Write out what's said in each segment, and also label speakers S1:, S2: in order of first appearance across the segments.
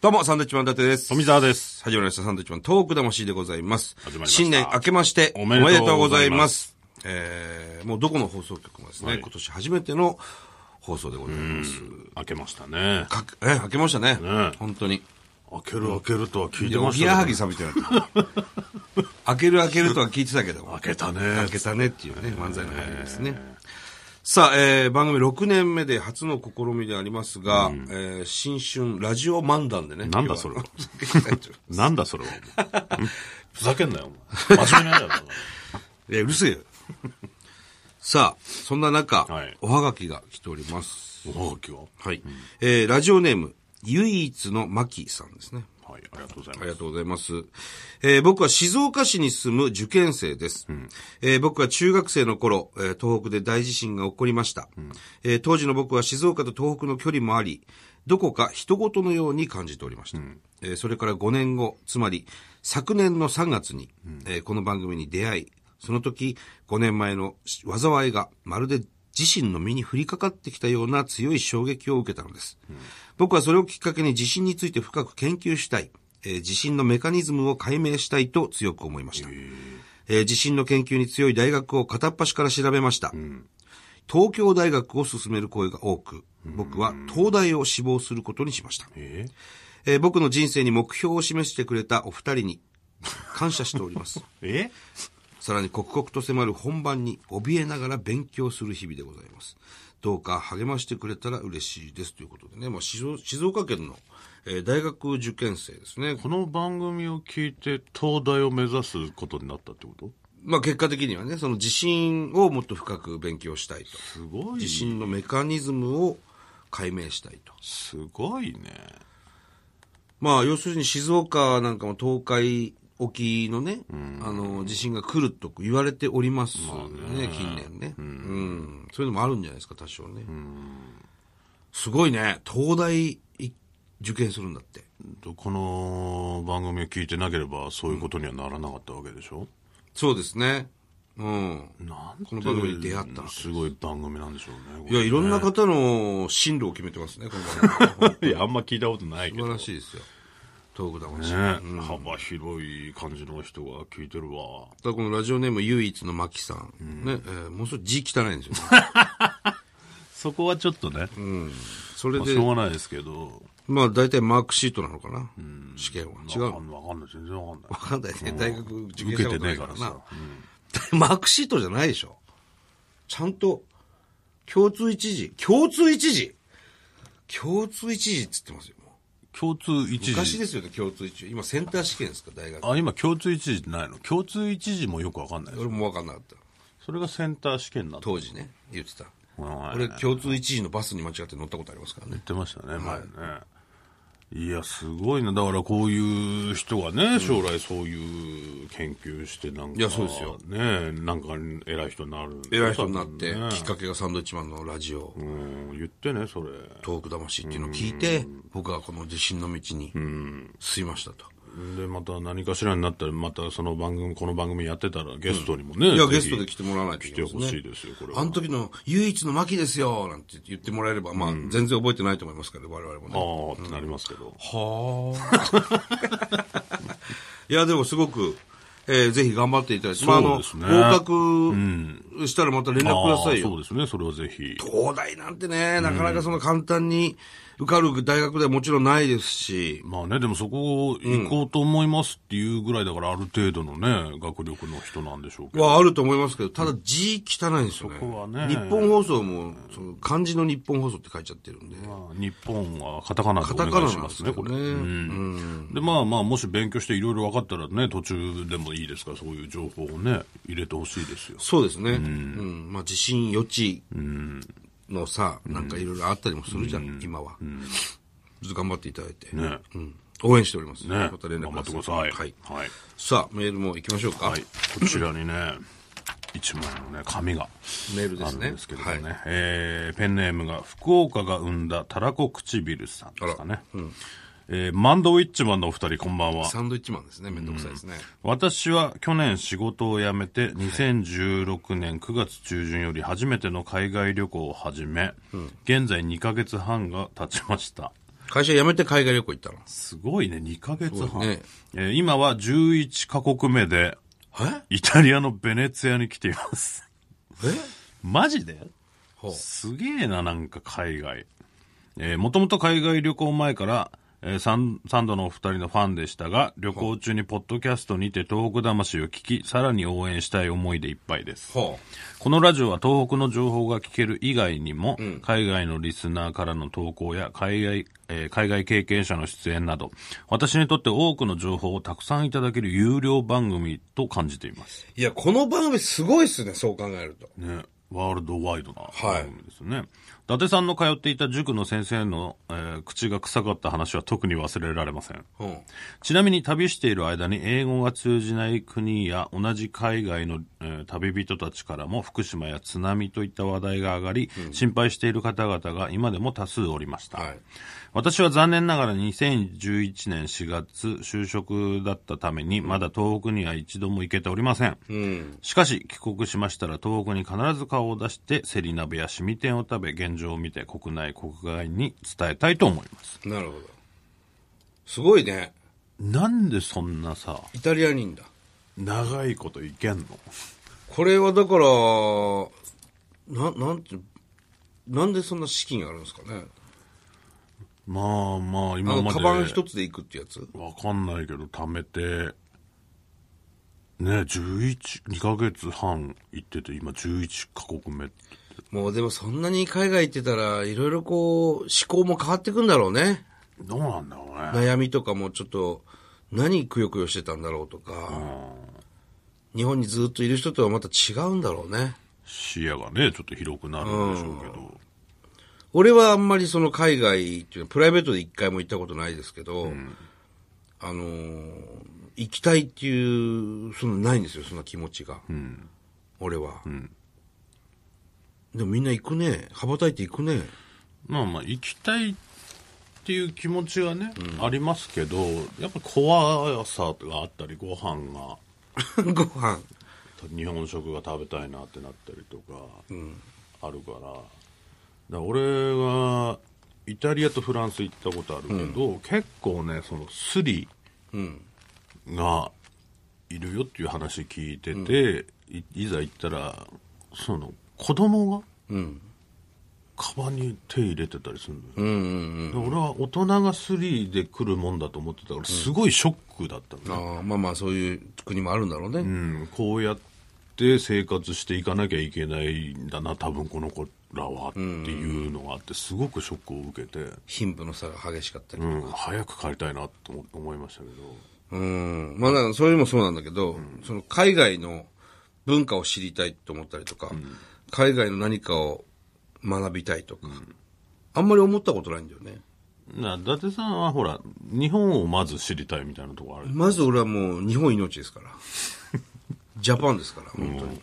S1: どうも、サンドイッチマン伊達です。
S2: 富澤です。
S1: 始まりました、サンドイッチマントーク魂でございます。
S2: 始まりました
S1: 新年明けまして、。
S2: おめでとうございます
S1: えー、もうどこの放送局もですね、
S2: はい
S1: 今年初めての放送でございます。
S2: 開けましたね。
S1: かえー、明けましたね。
S2: ね
S1: 本当に。
S2: 開ける開けるとは聞い
S1: で
S2: て
S1: も、
S2: まし
S1: ひ
S2: た
S1: らはぎ
S2: けど。
S1: さんみたいになってる。 開ける開けるとは聞いてたけども。
S2: 開けたね。
S1: 開けたねっていうね、漫才の入りですね。さあ、えー、番組6年目で初の試みでありますが、えー新春ラジオ漫談でね。
S2: なんだそれは
S1: 今日は
S2: なんだそれは。 お前んふざけんなよ、お 前。真面目なんだよ。
S1: いや、うるせえよ。 さあ、そんな中、
S2: はい
S1: おはがきが来ております。
S2: お前おはがきは。
S1: はい。えー、ラジオネーム、唯一のマキさんですね。
S2: はい、ありがとうござい
S1: あ
S2: ま
S1: り
S2: す。
S1: がとうございます。えー僕は静岡市に住む受験生です。えー僕は中学生の頃、えー東北で大地震が起こりました、えー当時の僕は静岡と東北の距離もあり、どこか人事のように感じておりました。えーそれから5年後、つまり昨年の3月に、えーこの番組に出会い、その時5年前の災いがまるで自身の身に降りかかってきたような強い衝撃を受けたのです。僕はそれをきっかけに地震について深く研究したい、えー地震のメカニズムを解明したいと強く思いました。えー地震の研究に強い大学を片っ端から調べました。東京大学を進める声が多く、僕は東大を志望することにしました。
S2: え
S1: えー僕の人生に目標を示してくれたお二人に感謝しております。
S2: え
S1: さらに刻々と迫る本番に怯えながら勉強する日々でございます。どうか励ましてくれたら嬉しいですということでね、まあ、静静岡県の、えー大学受験生ですね。
S2: この番組を聞いて東大を目指すことになったってこと
S1: まあ、結果的にはね、その地震をもっと深く勉強したいと。
S2: すごい
S1: 地。震のメカニズムを解明したいと。
S2: すごいね。
S1: まあ、要するに静岡なんかも東海沖のね、あの、地震が来ると言われておりますね、近年ね、うん。そういうのもあるんじゃないですか、多少ね。すごいね、東大い受験するんだって。
S2: どこの番組を聞いてなければそういうことにはならなかったわけでしょ、
S1: そうですね。うん。
S2: なんて
S1: この番組に出会ったわけです
S2: すごい番組なんでしょうね。
S1: いや、いろんな方の進路を決めてますね、この番組
S2: いや、あんま聞いたことないけ
S1: 素
S2: ど。
S1: 晴
S2: ね
S1: らしいですよ。東北魂。
S2: 幅広い感じの人が聞いてるわ。
S1: ただこのラジオネーム唯一のマキさん。ね、えーもうすぐ字汚いんですよ、ね。
S2: そこはちょっとね、
S1: それ
S2: まあ
S1: で
S2: し、ょうがないですけど、
S1: まあ大体マークシートなのかな、試験は。違う
S2: わ
S1: の
S2: かんわかんない、全然わかんない
S1: わ。かんないね。大学受験した
S2: 受け
S1: こ
S2: て
S1: とな
S2: ねえ
S1: い
S2: か
S1: から
S2: ら
S1: な
S2: さ。。
S1: マークシートじゃないでしょ。ちゃんと、共通一時、共通一時共通一時って言ってますよ。も
S2: 共通
S1: う
S2: 一
S1: 昔
S2: 時。
S1: ですよね、共通一時。今センター試験ですか、大学。
S2: あ、今共通一時ってないの共通一時もよくわかんないです
S1: 俺もわかんなかった。
S2: それがセンター試験になった。
S1: 当時ね、言ってた。
S2: はい
S1: 俺、共通一時のバスに間違って乗ったことありますからね
S2: 言っ。てましたね、前ね。いや、すごいな。だからこういう人がね、将来そういう研究してなんか、
S1: いやそうですよ
S2: ね、なんか偉い人になる。
S1: 偉い人になって、
S2: ね
S1: きっかけがサンドイッチマンのラジオ、
S2: うん、言ってね、それ。
S1: トーク魂っていうのを聞いて、僕はこの地震の道に、進みましたと。
S2: で、また何かしらになったら、またその番組、この番組やってたら、ゲストにもね、
S1: いや、
S2: ぜ
S1: ゲ
S2: ひ
S1: ストで来てもらわないとい
S2: 来
S1: けな
S2: て
S1: い、
S2: ほしいですよ、これは。
S1: あの時の唯一の牧ですよ、なんて言ってもらえれば、まあ、全然覚えてないと思いますから、我々もね。
S2: ああってなりますけど。
S1: はあ。 いや、でもすごく、えーぜひ頑張っていただいて、まあ、あの、
S2: そうですね
S1: 合格したらまた連絡ください
S2: ああ
S1: よ。
S2: そうですね、それはぜひ。
S1: 東大なんてね、なかなかその簡単に受かる大学ではもちろんないですし、
S2: まあね、でもそこを行こうと思いますっていうぐらいだから、ある程度のね、学力の人なんでしょうけど。
S1: はあると思いますけど、ただ字汚いんですよね。
S2: こはね
S1: 日本放送も、その漢字の日本放送って書いちゃってるんで。
S2: まあ日本はカタカナで
S1: カ
S2: お
S1: タカナ
S2: 願い
S1: な
S2: し
S1: ん
S2: ま
S1: ですす
S2: ね、
S1: けど
S2: これ。
S1: ね。
S2: で、まあまあ、もし勉強していろいろ分かったらね、途中でもいいですから、そういう情報をね、入れてほしいですよ。
S1: そうですね。うん。まあ、地震予知のさ、なんかいろいろあったりもするじゃん、今は。ちょっと頑張っていただいて。
S2: ね。
S1: うん。応援しております。
S2: ね。
S1: また連絡
S2: 頑張ってください。
S1: はい。
S2: はい。
S1: さあ、メールも行きましょうか。
S2: はいこちらにね、 一枚のね、紙が。
S1: メールで
S2: あ
S1: す
S2: るん
S1: ね。
S2: ですけれどもね、
S1: はい。
S2: えーペンネームが福岡が生んだたらこ唇さんですかね、えーマンドウィッチマンのお二人こんばんは
S1: サンドイッチマンですね。めんどくさいですね。
S2: 私は去年仕事を辞めて2016年9月中旬より初めての海外旅行を始め、現在2ヶ月半が経ちました
S1: 会社辞めて海外旅行行ったの。
S2: すごいね、2ヶ月半。
S1: ね
S2: えー今は11カ国目で、
S1: え
S2: イタリアのベネツィアに来ています。
S1: え
S2: マジで
S1: ほう
S2: すげえな、なんか海外。えー、もともと海外旅行前から、えーサン、サンドのお二人のファンでしたが、旅行中にポッドキャストにて東北魂を聞き、さらに応援したい思いでいっぱいです。
S1: ほ
S2: このラジオは東北の情報が聞ける以外にも、海外のリスナーからの投稿や海外、えー海外経験者の出演など、私にとって多くの情報をたくさんいただける有料番組と感じています。
S1: う。いや、この番組すごいっすね、そう考えると。
S2: ね、ワールドワイドな
S1: はい
S2: 番組ですね、伊達さんの通っていた塾の先生の、えー口が臭かった話は特に忘れられません
S1: うん。
S2: ちなみに旅している間に英語が通じない国や同じ海外の、えー旅人たちからも福島や津波といった話題が上がり、心配している方々が今でも多数おりました、
S1: はい
S2: 私は残念ながら2011年4月就職だったためにまだ東北には一度も行けておりません、
S1: うん。
S2: しかし、帰国しましたら東北に必ず顔を出して、セリ鍋やシミ天を食べ、現状を見て国内、国外に伝えたいと思います。
S1: なるほど。すごいね。
S2: なんでそんなさ、
S1: イタリア人だ。
S2: 長いこといけんの
S1: これはだから、な、なんて、なんでそんな資金があるんですかね。
S2: まあまあ、
S1: あ
S2: 今
S1: の、
S2: ま
S1: カ
S2: で。
S1: バン一つで行くってやつ。
S2: わかんないけど、貯めて、ね、11、2ヶ月半行ってて、今11カ国目って。
S1: もうでもそんなに海外行ってたら、いろいろこう、思考も変わってくんだろうね。
S2: どうなんだろうね。
S1: 悩みとかもちょっと、何くよくよしてたんだろうとか、日本にずっといる人とはまた違うんだろうね。
S2: 視野がね、ちょっと広くなるんでしょうけど。
S1: 俺はあんまりその海外っていうのはプライベートで一回も行ったことないですけど、あのー行きたいっていう、そのないんですよ、そんな気持ちが。俺は、でもみんな行くね。羽ばたいて行くね。
S2: まあまあ、行きたいっていう気持ちはね、ありますけど、やっぱ怖さがあったり、ご飯が、
S1: ご飯。
S2: 日本食が食べたいなってなったりとか、あるから、だから俺は、イタリアとフランス行ったことあるけど、結構ね、そのスリがいるよっていう話聞いてて、いいざ行ったら、その子供が、
S1: うん。
S2: カバンに手入れてたりするのよ。
S1: うんうんうん。
S2: で俺は大人が3で来るもんだと思ってたからすごいショックだったんだ、
S1: ああ、まあまあそういう国もあるんだろうね。
S2: うんこうやって生活していかなきゃいけないんだな多分この子らはっていうのがあってすごくショックを受けて、
S1: 貧富の差が激しかったり
S2: う。ん、早く帰りたいなと思思いましたけ
S1: う
S2: ど
S1: ん。まあだからそれもそうなんだけど、その海外の文化を知りたいと思ったりとか、海外の何かを学びたいとか、あんまり思ったことないんだよね。
S2: な伊達さんはほら日本をまず知りたいみたいなとこある、
S1: まず俺はもう日本命です から。ジャパンですから、本当に。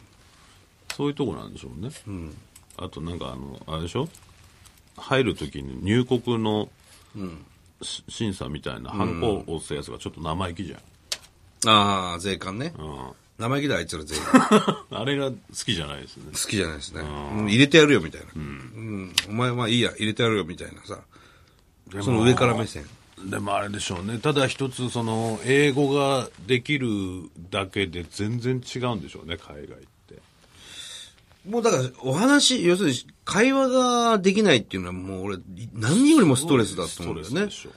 S2: そういうとこなんでしょうね、あとなんかあのあれでしょ入るときに入国のし審査みたいなハンコを押すやつがちょっと生意気じゃん、
S1: ああ、税関ね。
S2: うん
S1: 生意気だ、あいつら税関。好
S2: あれが好きじゃないですね
S1: きじゃないですね。うん入れてやるよ、みたいな。うんお前はいいや、入れてやるよ、みたいなさ。
S2: でも
S1: その上から目線。
S2: でもあれでしょうねただ一つその英語ができるだけで全然違うんでしょうね海外って
S1: もうだから、お話、要するに、会話ができないっていうのはもう俺、何よりもストレスだと思うんだよね
S2: ストレスで。しょ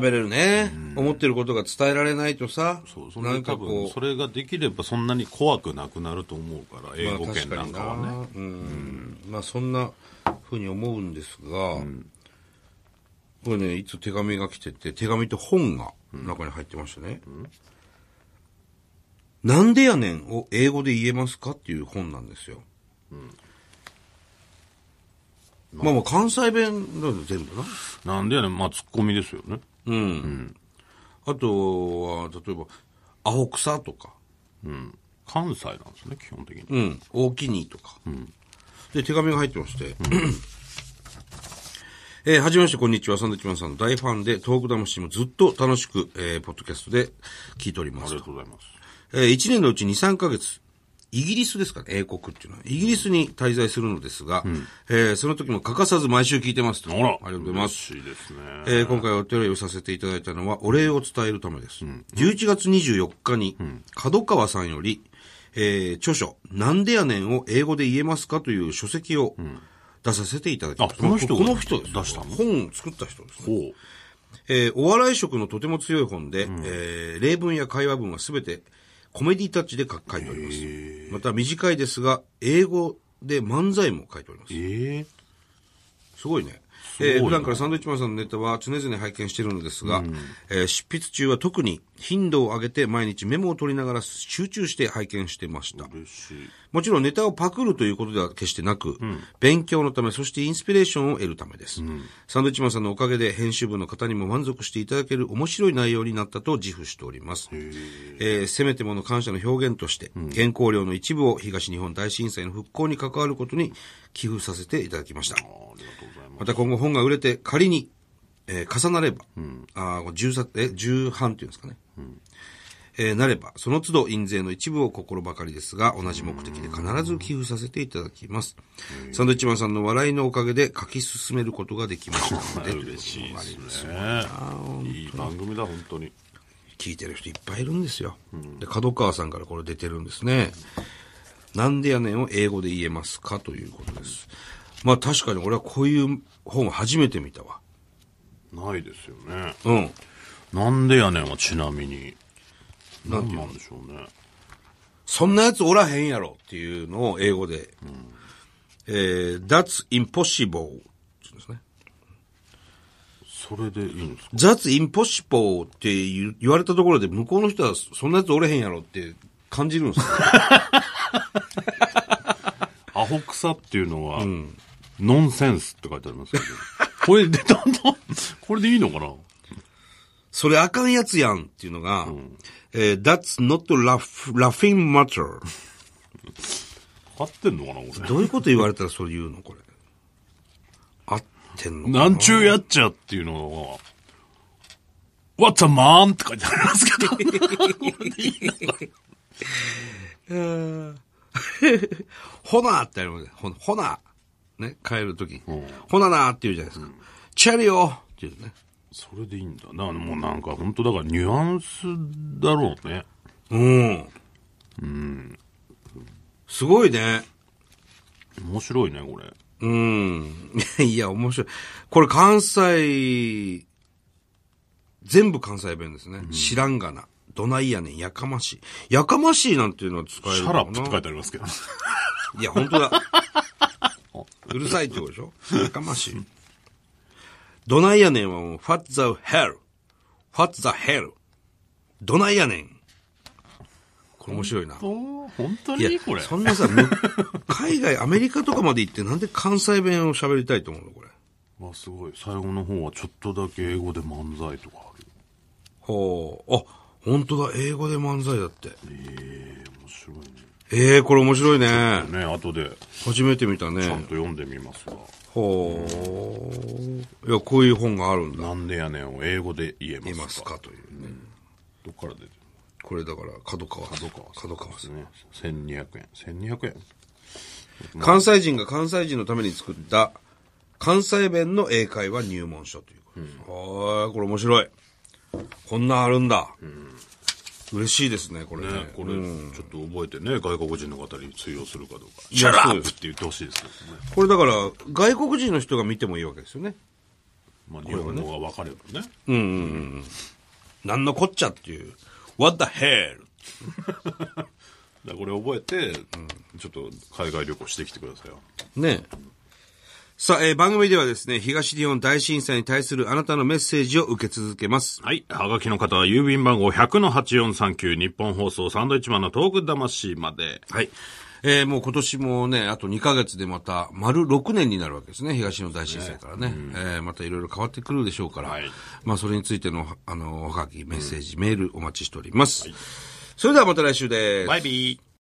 S1: 喋れるね。思ってることが伝えられないとさ、
S2: そうそれ
S1: なん
S2: で
S1: か
S2: 多分
S1: こ、
S2: そうれができればそんなに怖くなくなると思うから英語
S1: まあ
S2: 圏なんかはね、
S1: 確になうん。まあそんな風に思うんですが、これね、いつ手紙が来てて、手紙と本が中に入ってましたね。なんでやねんを英語で言えますかっていう本なんですよ。まあまあ関西弁だよ全部な。
S2: なんでやねんまあツッコミですよね
S1: うん。あとは、例えば、青草とか、
S2: うん関西なんですね基本的に、
S1: うん、大きにとか、で、手紙が入ってまして、 えーはじめまして、こんにちは。サンドウィッチマンさんの大ファンで、トーク魂もずっと楽しく、えーポッドキャストで聞いておりま
S2: あ
S1: す
S2: りが。とうございます
S1: えー、1年のうち2、3ヶ月、イギリスですかね、英国っていうのは。イギリスに滞在するのですが、えーその時も欠かさず毎週聞いてますと。
S2: あら
S1: ありがとうございます。
S2: 嬉しいですね。
S1: えー今回お手入れをさせていただいたのはお礼を伝えるためです。11月24日に、角川さんより、えー著書、なんでやねんを英語で言えますかという書籍を出させていただきました。
S2: あこの人が
S1: この人です。
S2: 出したの
S1: 本を作った人です、ね。
S2: ほう。
S1: えーお笑い色のとても強い本で、えー例文や会話文はすべてコメディタッチで書書いております。また短いですが、英語で漫才も書いております。
S2: ええ
S1: すごいね。
S2: ごい
S1: え
S2: ね
S1: ー普段からサンドウィッチマンさんのネタは常々拝見しているのですが、えー執筆中は特に頻度を上げて毎日メモを取りながら集中して拝見してました。
S2: 嬉しい。
S1: もちろんネタをパクるということでは決してなく、勉強のため、そしてインスピレーションを得るためです。サンドウィッチマンさんのおかげで編集部の方にも満足していただける面白い内容になったと自負しております。えーせめてもの感謝の表現として、原稿料の一部を東日本大震災の復興に関わることに寄付させていただきました。
S2: ありがとうございます。
S1: また今後本が売れて仮に、えー重なれば、ああ、これ重冊、え、重版っていうんですかね。えーなれば、その都度印税の一部を心ばかりですが、同じ目的で必ず寄付させていただきます。サンドウィッチマンさんの笑いのおかげで書き進めることができましたので、
S2: 嬉しいですね。いい番組だ、本当に。
S1: 聞いてる人いっぱいいるんですよ。で、角川さんからこれ出てるんですね。なんでやねんを英語で言えますかということです。まあ確かに俺はこういう本初めて見たわ。
S2: ないですよね。
S1: うん。
S2: なんでやねんはちなみに。なんなんでしょうね。
S1: そんなやつおらへんやろっていうのを英語で、えー、that's impossible って言うんですね。
S2: それでいいんですか
S1: that's impossible って言う言われたところで向こうの人はそんなやつおれへんやろって感じるんですよ。
S2: アホ草っていうのは、ノンセンスって書いてあり ますけど。これで、だんだん、これでいいのかな
S1: それあかんやつやんっていうのが、えー that's not laugh, laughing matter。
S2: 合ってんのかな、俺。
S1: どういうこと言われたらそれ言うのこれ。合ってんのか
S2: なんちゅうやっちゃっていうのは、What's a man? って書いてありますけど。
S1: ほなーってありますね。ほほなー。ね、帰るときに。ほななーって言うじゃないですか。チェリオーって言うね。
S2: それでいいんだ。な、もうなんか本当だからニュアンスだろうね。
S1: うん。すごいね。
S2: 面白いね、これ。
S1: うん。いや、 面白い。これ関西、全部関西弁ですね。知らんがな。どないやねん、やかましい。やかましいなんていうのは使え
S2: シ
S1: る
S2: ャ
S1: かな
S2: ラップって書いてありますけど。
S1: いや、本当だ。 うるさいってことでしょやかましい。どないやねんはもう、what the hell? what the hell? どないやねん。これ面白いな。
S2: 本当
S1: いや
S2: に、これ。
S1: そんなさ、 む海外、アメリカとかまで行ってなんで関西弁を喋りたいと思うのこれ。
S2: わ、すごい。最後の方はちょっとだけ英語で漫才とかある。
S1: ほう。あ、本当だ。英語で漫才だって。
S2: 面白い
S1: ええー、これ面白いね。
S2: ね。ね、後で、ち
S1: 初めて見た
S2: ゃん
S1: ね
S2: と。読んでみますわ。
S1: ほう。いや、こういう本があるんだ。
S2: なんでやねんを英語で言えます
S1: い
S2: か
S1: ますかというね。
S2: どっから出てる
S1: これだから、角川。角川。角川です
S2: のね。1200円。1200円。
S1: 関西人が関西人のために作った、関西弁の英会話入門書ということです。はーい、これ面白い。こんなんあるんだ。嬉しいですね、これね。
S2: ね、これ、ちょっと覚えてね、外国人の方に通用するかどうか。
S1: い
S2: シャ
S1: や
S2: ラ
S1: そうで
S2: ップ
S1: す
S2: って言ってほしいですけどね。
S1: これだから、外国人の人が見てもいいわけですよね。
S2: まあ、日本語が分かればね。
S1: なんのこっちゃっていう。What the hell?
S2: だからこれ覚えて、ちょっと海外旅行してきてくださいよ。
S1: ねえ。さあ、えー番組ではですね、東日本大震災に対するあなたのメッセージを受け続けます。
S2: はい。はがきの方は郵便番号100-8439日本放送サンドイッチマンのトーク魂まで。
S1: はい。えーもう今年もね、あと2ヶ月でまた、丸6年になるわけですね、東日本大震災からね。えーまたいろいろ変わってくるでしょうから、
S2: はい
S1: まあそれについての、あの、おはがき、メッセージ、メールお待ちしております。それではまた来週です。
S2: バイビー。